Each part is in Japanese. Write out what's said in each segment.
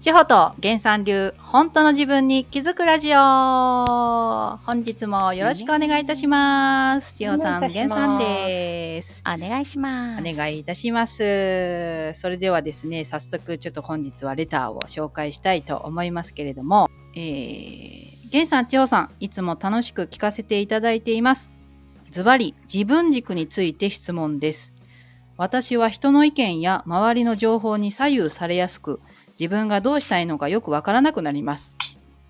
地方と原産流本当の自分に気づくラジオ本日もよろしくお願いいたします。千穂さん、お願いいたし原まさんすです。お願いしまおす。願いいたします。それではですね、早速ちょっと本日はレターを紹介したいと思いますけれども、えー、源さん、千穂さん、いつも楽しく聞かせていただいています。ズバリ、自分軸について質問です。私は人の意見や周りの情報に左右されやすく、自分がどうしたいのかよくわからなくなります。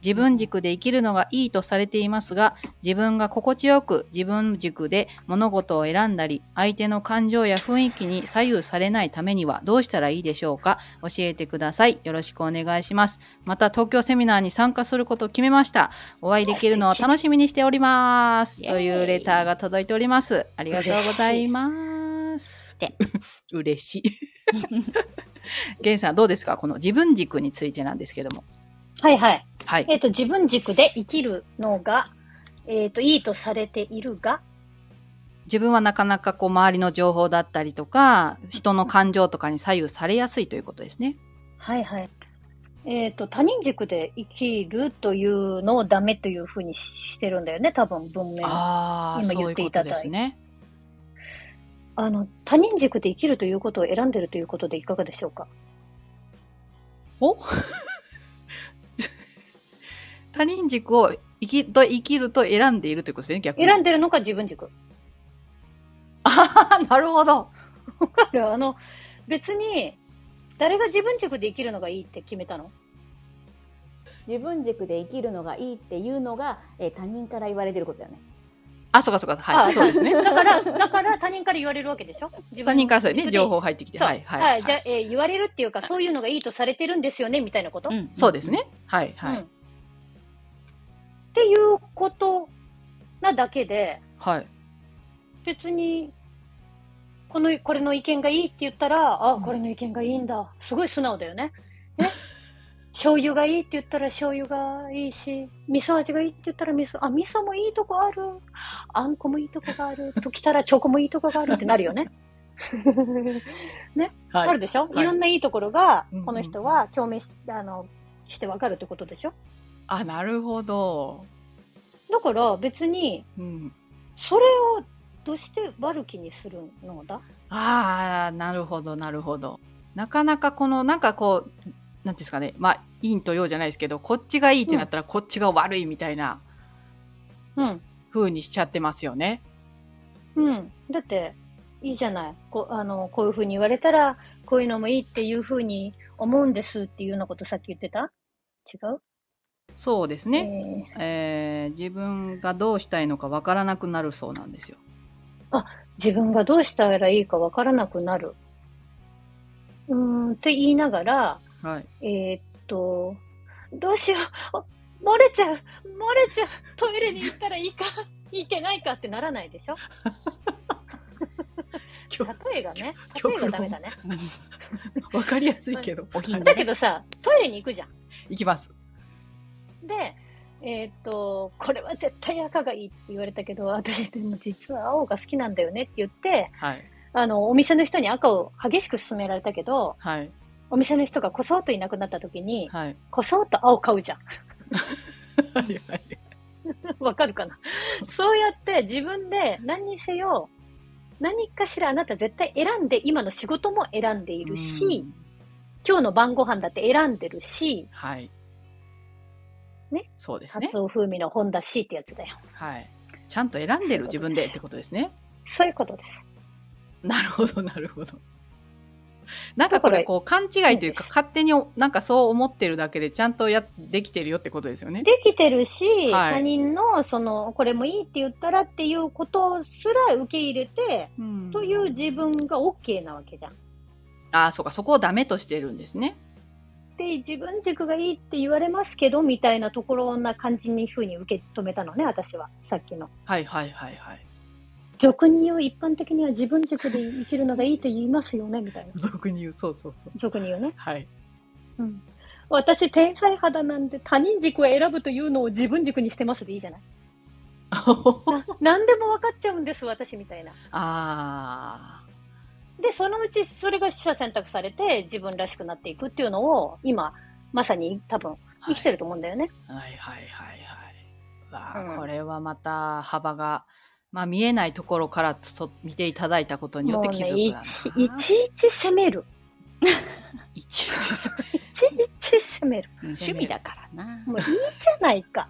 自分軸で生きるのがいいとされていますが、自分が心地よく自分軸で物事を選んだり相手の感情や雰囲気に左右されないためにはどうしたらいいでしょうか教えてくださいよろしくお願いしますまた東京セミナーに参加することを決めましたお会いできるのを楽しみにしておりますイエーイというレターが届いておりますありがとうございます嬉 嬉しい源さんどうですかこの自分軸についてなんですけどもはいはい。はいえっ、と、自分軸で生きるのが、えっ、と、いいとされているが、自分はなかなかこう周りの情報だったりとか人の感情とかに左右されやすいということですね。はいはい。えっ、と、他人軸で生きるというのをダメというふうにしてるんだよね、多分文面。あああ今そう言いうってこといたでだいすてね。の、他人軸で生きるということを選んでるということでいかがでしょうかお他人軸を生きと生きると選んでいるということですね逆に。選んでるのが自分軸。 あなるほど。だからあの、別に、誰が自分軸で生きるのがいいって決めたの自分軸で生きるのがいいっていうのが、えー他人から言われてることだよね。あそうかそうかはあいそうですね。だから、だから他人から言われるわけでしょ自分他人からそうやね軸で情報入ってきてそうはいはい、はい、じゃあ、えー言われるっていうか、そういうのがいいとされてるんですよね、みたいなこと、んそうです。ねはいはい、うんっていうことなだけで、はい。別に、この、これの意見がいいって言ったら、あ、うんこれの意見がいいんだ。すごい素直だよね。 ね醤油がいいって言ったら醤油がいいし、味噌味がいいって言ったら味噌、あ、味噌もいいとこある。あんこもいいとこがある。ときたらチョコもいいとこがあるってなるよね。 はいあるでしょ、はいい、ろんないいところがうんうん、この人は共鳴し,、あのしてわかるってことでしょあなるほど。だから別に、うん。それをどうして悪気にするのだああなるほどなるほどなかなかこのなんかこうなんていうんですかねまあ陰と陽じゃないですけどこっちがいいってなったらこっちが悪いみたいなうん。風にしちゃってますよね。うん。だって、いいじゃない。こあのこういうふうに言われたら、こういうのもいいっていうふうに思うんですっていうようなことさっき言ってた違うそうですね、えー自分がどうしたいのかわからなくなるそうなんですよ。えー自分がどうしたらいいかわからなくなる。うーん、って言いながら、 はい、えーっと、どうしよう、あ漏れちゃう、漏れちゃう、トイレに行ったらいいか、行ってないかってならないでしょ今例えがね、例極えがダメだね。日わかりやすいけど、おひんだだけけど。どさ、トイレに行くじゃん。いきます。で、えーっと、これは絶対赤がいいって言われたけど、私でも実は青が好きなんだよねって言って、はいあの、お店の人に赤を激しく勧められたけど、はいお店の人がこそっといなくなった時に、はいこそっと青買うじゃん。はいはい わかるかなそうやって自分で何にせよ、何かしらあなた絶対選んで、今の仕事も選んで いるし、うん今日の晩ご飯だって選んでるし、はいねそうですカねツオ風味の本だしってやつだよ。はいちゃんと選んでる自分でってことですね。そういうことです。なるほど、なるほど。なんかこれ、こう、勘違いというか、勝手にお、なんかそう思ってるだけで、ちゃんとや、できてるよってことですよね。できてるし、はい他人の、その、これもいいって言ったらっていうことすら受け入れて、うんという自分が OK なわけじゃん。ああ、そうか、そこをダメとしてるんですね。で、自分軸がいいって言われますけど、みたいなところな感じに風に受け止めたのね、私は。さっきの。はいはいはいはい。俗に言う一般的には自分軸で生きるのがいいと言いますよねみたいな俗に言う、そうそうそう。俗に言うね、はい。 うん、私天才肌なんで他人軸を選ぶというのを自分軸にしてますでいいじゃないな何でも分かっちゃうんです私みたいなああ、でそのうちそれが取捨選択されて自分らしくなっていくっていうのを今まさに多分生きてると思うんだよね。はいはいはいはい。わあ、うんこれはまた幅が、まあ見えないところからと見ていただいたことによって気づくいだなちいちいち責める。 いちいちいちいち責める。趣味だからな。もういいじゃないか。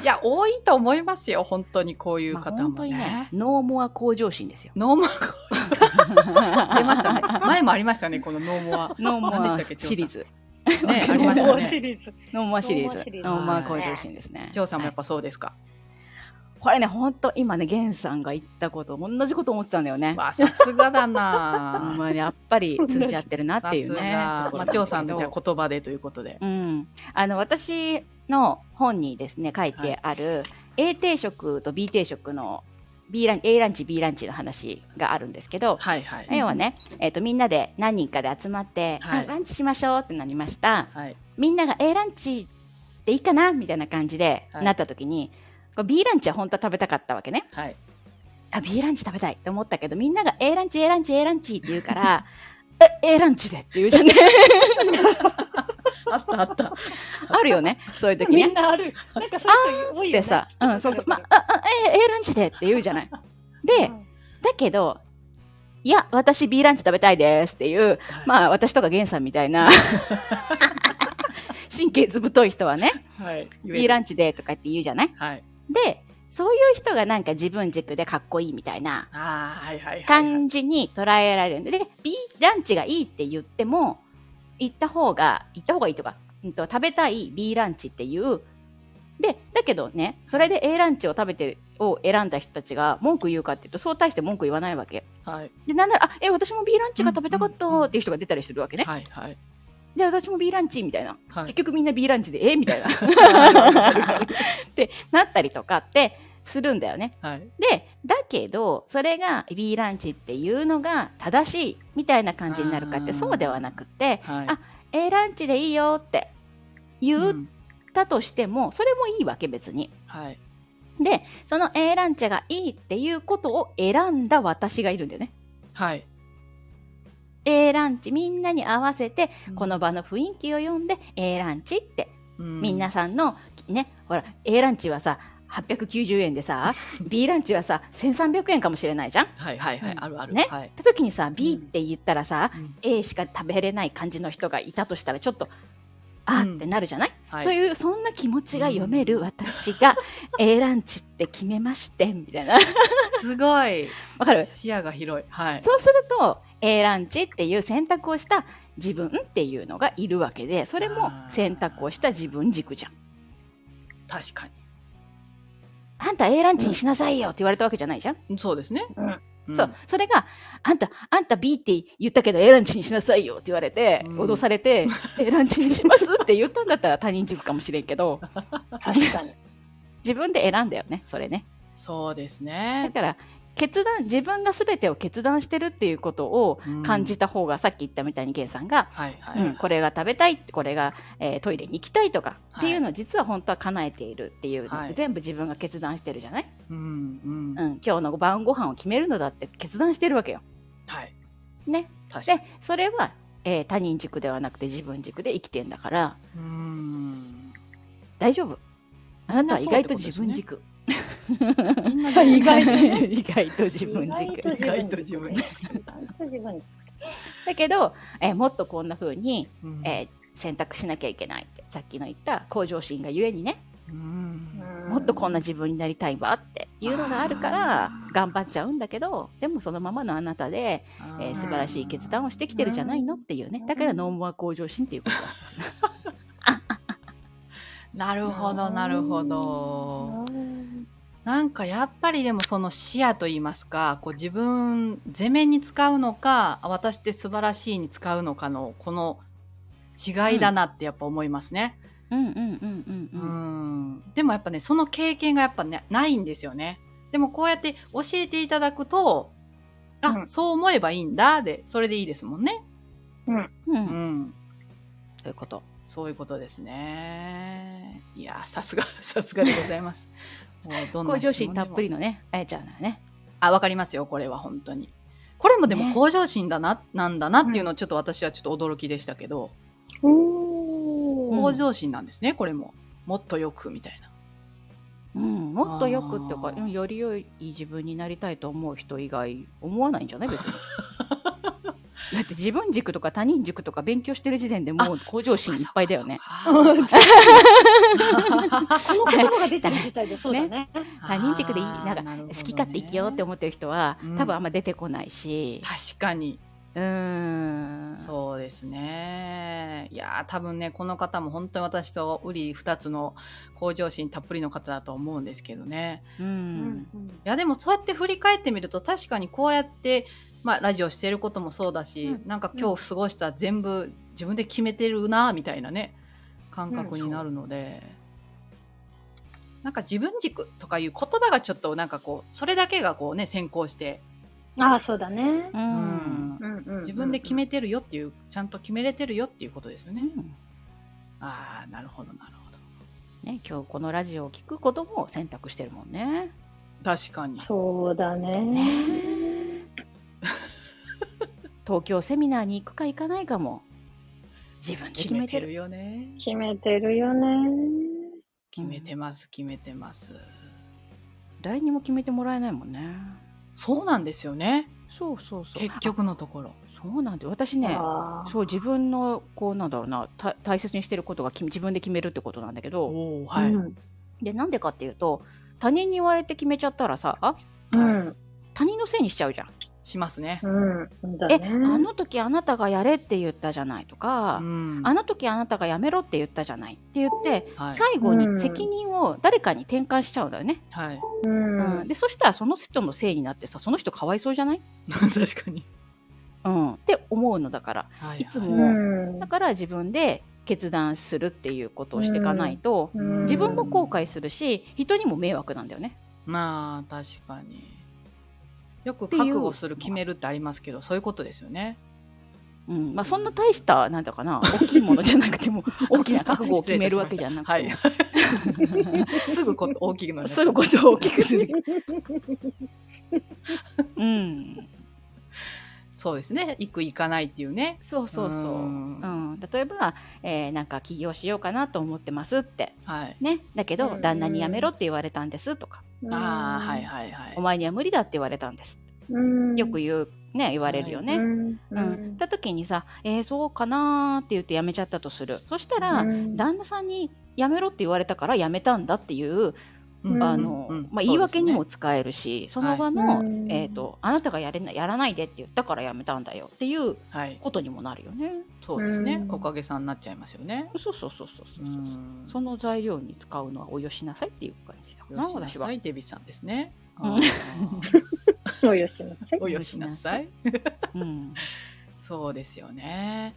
いや、多いと思いますよ、本当にこういうまあ方本も当にねね、。。ノーモア向上心ですよノーマ 出出ましたね。 前もありましたね、このノーモ ア。ノーモ何アでしたっけシリーズ。ね、 ありましたもうね。シリーズ。ノーモアシリーノーモアシズリー。ズノーモア向上心ですね。ジョーさんもやっはいぱそうですか。これね、本当今ね、ゲンさんが言ったこと、同じこと思ってたんだよね。わあ、さすがだあなまあねやっぱり通 じ合ってるなっていうさすね。がとこまあ、ろなんだけジョどーさんのじゃあ言葉でということで。うん、あの私の本にですね書いてある、A 定食と B 定食の B ラン A ランチ B ランチの話があるんですけど、はいはい。要はね、えっとみんなで何人かで集まって、はいあランチしましょうってなりましたはい。みんなが A ランチでいいかなみたいな感じではいなった時に、こう B ランチは本当は食べたかったわけねはい。あ B ランチ食べたいって思ったけどみんなが A ランチ A ランチ A ランチって言うから え A ランチでって言うじゃんねあったあった。あるよねそういう時みねんなある。なんかそういう人多いよ、でね。さ、うん、そうそう、まあ わ、あ、あ、えー、えーランチでって言うじゃない。かでる、、だけど、いや、私 B ランチ食べたいですっていう、あ、 まあ、私とかゲンさんみたい な、神経ずぶとい人はね、はい。 B ラン。ンチでとかって言うじゃないはい。で、そういう人がなんか自分軸でかっこいいみたいなああ、はいはいはいはい。感じに捉えられるんで、で、B ランチがいいって言っても、行った方が、行った方がいいとか、うんと、食べたい B ランチっていう、で、だけどね、それで A ランチを食べて、を選んだ人たちが文句言うかっていうと、そう大して文句言わないわけ。はいで、なんなら、あ、え、私も B ランチが食べたかっうんうんうんたっていう人が出たりするわけね。はいはい。で、私も B ランチみたいな。はい結。局みんな B ランチで、えみ たいな。っ はてなったりとかってするんだよね。い。でだけどそれが B ランチっていうのが正しいみたいな感じになるかっあーてそうではなくてはい。あ A ランチでいいよって言うっんたとしても、それもいいわけ別に。はい。でその A ランチがいいっていうことを選んだ私がいるんだよね。はい。 A ランチみんなに合わせてこの場の雰囲気を読んで A ランチってう、みんなさんのねほら A ランチはさ890円で さ B ランチはさ1300円かもしれないじゃん。はいはいはい。うんあるある。ねはい。った時にさ B って言ったらさ、うん A しか食べれない感じの人がいたとしたらちょっとあうんーってなるじゃない、はとい。いうそんな気持ちが読める私 が A ランチって決めましてみたいなすごい。わかる視野が広い。はい。そうすると A ランチっていう選択をした自分っていうのがいるわけでそれもあー選択をした自分軸じゃん。確かあんた A ランチにしなさいよって言われたわけじゃないじゃん、に。そうですね。うんうんそうそれがあんたあんた B って言ったけど A ランチにしなさいよって言われて、うん脅されて A ランチにしますって言ったんだったら他人軸かもしれんけど確かに。自分で選んだよねそれねそうですだね。から決断自分が全てを決断してるっていうことを感じて。た方が、さっき言ったみたいにゲンさんが、はいはうい。ん、これが食べたいこれが、えートイレに行きたいとか、はいっていうのを実は本当は叶えているっていう、はい全部自分が決断してるじゃない、うんうんう。ん、今日の晩ご飯を決めるのだって決断してるわけよ。はい。ね、確かに。でそれは、えー他人軸ではなくて自分軸で生きてんだから うん。大丈夫あなたは意外とみんな自そうってことですね分軸、みんなで意外と意外と自分軸意外と自分軸意外と自分軸だけど、えーもっとこんな風に、うんえー選択しなきゃいけないってさっきの言った向上心がゆえにねうんうんもっとこんな自分になりたいわっていうのがあるから頑張っちゃうんだけどでもそのままのあなたで、えー素晴らしい決断をしてきてるじゃないのっていうねだからノーモア向上心っていうことだなるほどなるほど。なんかやっぱりでもその視野と言いますかこう自分全面に使うのかあ私って素晴らしいに使うのかのこの違いだなってやっぱ思いますね。うんうんうんうんううんんでもやっぱねその経験がやっぱ、ね、ないんですよねでもこうやって教えていただくとあ、うんそう思えばいいんだでそれでいいですもんねうんうそんういうことそういうことですねいやさすが さすがでございますもうどんな向上心たっぷりののねあやちゃんだよねあわかりますよこれは本当にこれもでもね向上心だな、なんだなっていうのをちょっと私はちょっと驚きでしたけど、おーん向上心なんですねこれももっとよくみたいなうん、もっとよくっていうかあーうんより良い自分になりたいと思う人以外思わないんじゃない別にだって自分軸とか他人軸とか勉強してる時点でもう向上心いっぱいだよねそうかそうかこの言葉が出てる時代でそうだね。 他人軸でいいあーなんかなるほど好ねき勝手生きようって思ってる人は、うん多分あんま出てこないし確かにうーんそうですねいやー多分ねこの方も本当に私とウリ二つの向上心たっぷりの方だと思うんですけどねう、うんんいやでもそうやって振り返ってみると確かにこうやって、まあ、ラジオしてることもそうだし、うんなんか今日過ごした全部自分で決めてるなみたいなね感覚になるので、なんか自分軸とかいう言葉がちょっとなんかこうそれだけがこうね先行して、ああ、そうだね。ううんうんうんうん自分で決めてるよっていうちゃんと決めれてるよっていうことですよね。ああなるほどなるほどね、今日このラジオを聞くことも選択してるもんね。確かにそうだね。 東京セミナーに行くか行かないかも自分で決決めめててるるよね決めてるよね。決めてます決めてます誰にも決めてもらえないもんね。そうなんですよねそうそうそう結局のところあそうなんだよ私ねあーそう自分のこうなんだろうなた大切にしてることがき自分で決めるってことなんだけどおおはい、うんでなんでかっていうと他人に言われて決めちゃったらさあうん他人のせいにしちゃうじゃん。しますね。うん。だえね。あの時あなたがやれって言ったじゃないとか、うんあの時あなたがやめろって言ったじゃないって言って、はい最後うんに責任を誰かに転換しちゃうんだよね、はい、うんうんでそしたらその人のせいになってさその人かわいそうじゃない、 確かに、うん、って思うのだからはいつもうんだから自分で決断するっていうことをしていかないと、うん自分も後悔するし人にも迷惑なんだよね。まあ確かによく覚悟する決めるってありますけどそういうことですよねうんまあ、そんな大したなんだかな大きいものじゃなくても大きな覚悟を決めるわけじゃなくはていも、 すぐこと大きくなる すぐことを大きくする、うん、 そうですね行く行かないっていうねそうそうそう、ううんん例えば、えーなんか起業しようかなと思ってますってはいね、だけうどん旦那にやめろって言われたんですとか、ああはいはいはいお前には無理だって言われたんです、うんよく言うね言われるよね。うんうんた時にさ、えーそうかなーって言ってやめちゃったとするそしたら、うん旦那さんにやめろって言われたからやめたんだっていう、うんあのうんまあ、そう言いです訳ねにも使えるしその場の、はいうんえー、とあなたがやれなやらないでって言ったからやめたんだよっていうはいことにもなるよね。そうですねうんおかげさんになっちゃいますよねそうそうそうそうそううそう、んその材料に使うのはおよしなさいっていう感じだよなしな私はさ。いデビさんですねうんあーおよしなさいおよしなさいうんそうですよね。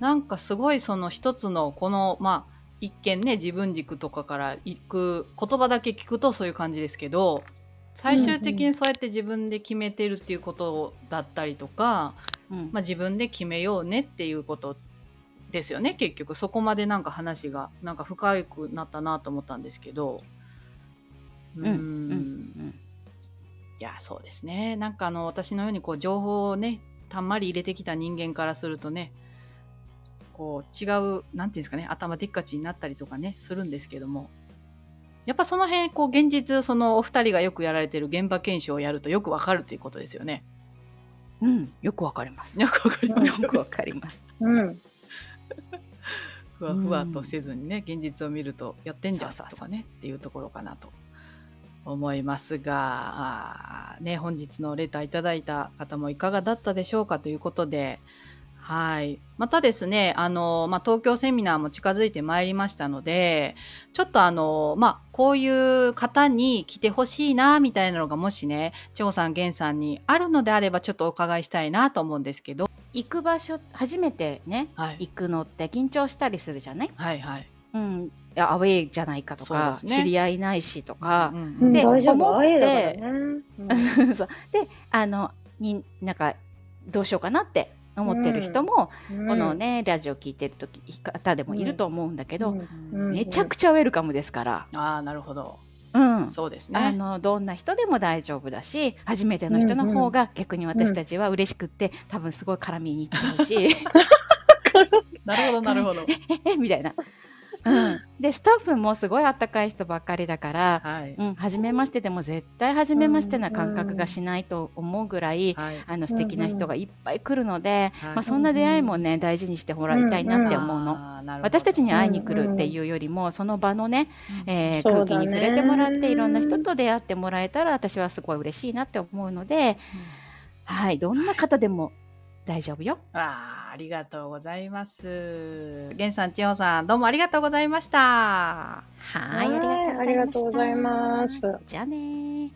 なんかすごいその一つのこのまあ一見ね自分軸とかから行く言葉だけ聞くとそういう感じですけど最終的にそうやって自分で決めてるっていうことだったりとか、うん まあ、自分で決めようねっていうことですよね結局そこまでなんか話がなんか深くなったなと思ったんですけど。ううんうんんうんいやそうですねなんかあの私のようにこう情報をねたんまり入れてきた人間からするとねこう違うなんていうんですかね頭でっかちになったりとかねするんですけどもやっぱその辺こう現実そのお二人がよくやられてる現場検証をやるとよくわかるということですよね。うん、よくわか ります。よくわかりますよくわかります。うんふわふわとせずにね、現実を見るとやってんじゃんとそうかねそうそうっていうところかなと思いますがあーね本日のレターいただいた方もいかがだったでしょうかということではいまたですねあの、まあ、東京セミナーも近づいてまいりましたのでちょっとあのまあこういう方に来てほしいなみたいなのがもしね千穂さん源さんにあるのであればちょっとお伺いしたいなと思うんですけど、行く場所、初めてね、はい、行くのって緊張したりするじゃない。はいはいうん、いやアウェイじゃないかとか、そうですね知り合いないしとかう。んうんで大丈思夫ってあえだからねそうで、あの、に、なんか、どうしようかなって思ってる人も、う んこのね、ラジオ聞いてる時、方でもいると思うんだけど。うんうんめちゃくちゃウェルカムですから、ああなるほどうんそうですあね。のどんな人でも大丈夫だし初めての人の方が逆に私たちは嬉しくって、多分すごい絡みに行っちゃう し なるほど、なるほど。ええみたいな。うん、でスタッフもすごいあったかい人ばっかりだから、はい。うん、初めましてでも絶対初めましてな感覚がしないと思うぐらい、はい。あの素敵な人がいっぱい来るので、はいまあ、そんな出会いもね大事にしてもらいたいなって思うの。あーなるほど私たちに会いに来るっていうよりもその場のね、えーそ空うだ気ねに触れてもらっていろんな人と出会ってもらえたら私はすごい嬉しいなって思うので、はい、どんな方でも大丈夫よ。あーありがとうございます。源さん、千穂さん、どうもありがとうございました。はいはあいりがとうございましありがとうございたます。じゃあねー。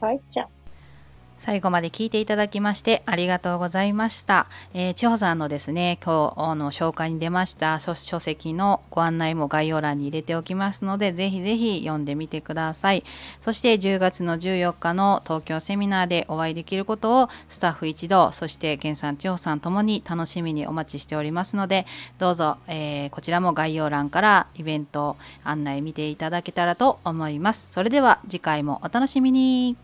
バイちゃん。最後まで聞いていただきましてありがとうございました。えー、千穂さんのですね、今日あの紹介に出ました書書籍のご案内も概要欄に入れておきますので、ぜひぜひ読んでみてください。そして10月の14日の東京セミナーでお会いできることをスタッフ一同、そして源さん、千穂さんともに楽しみにお待ちしておりますので、どうぞ、えーこちらも概要欄からイベント案内見ていただけたらと思います。それでは次回もお楽しみに。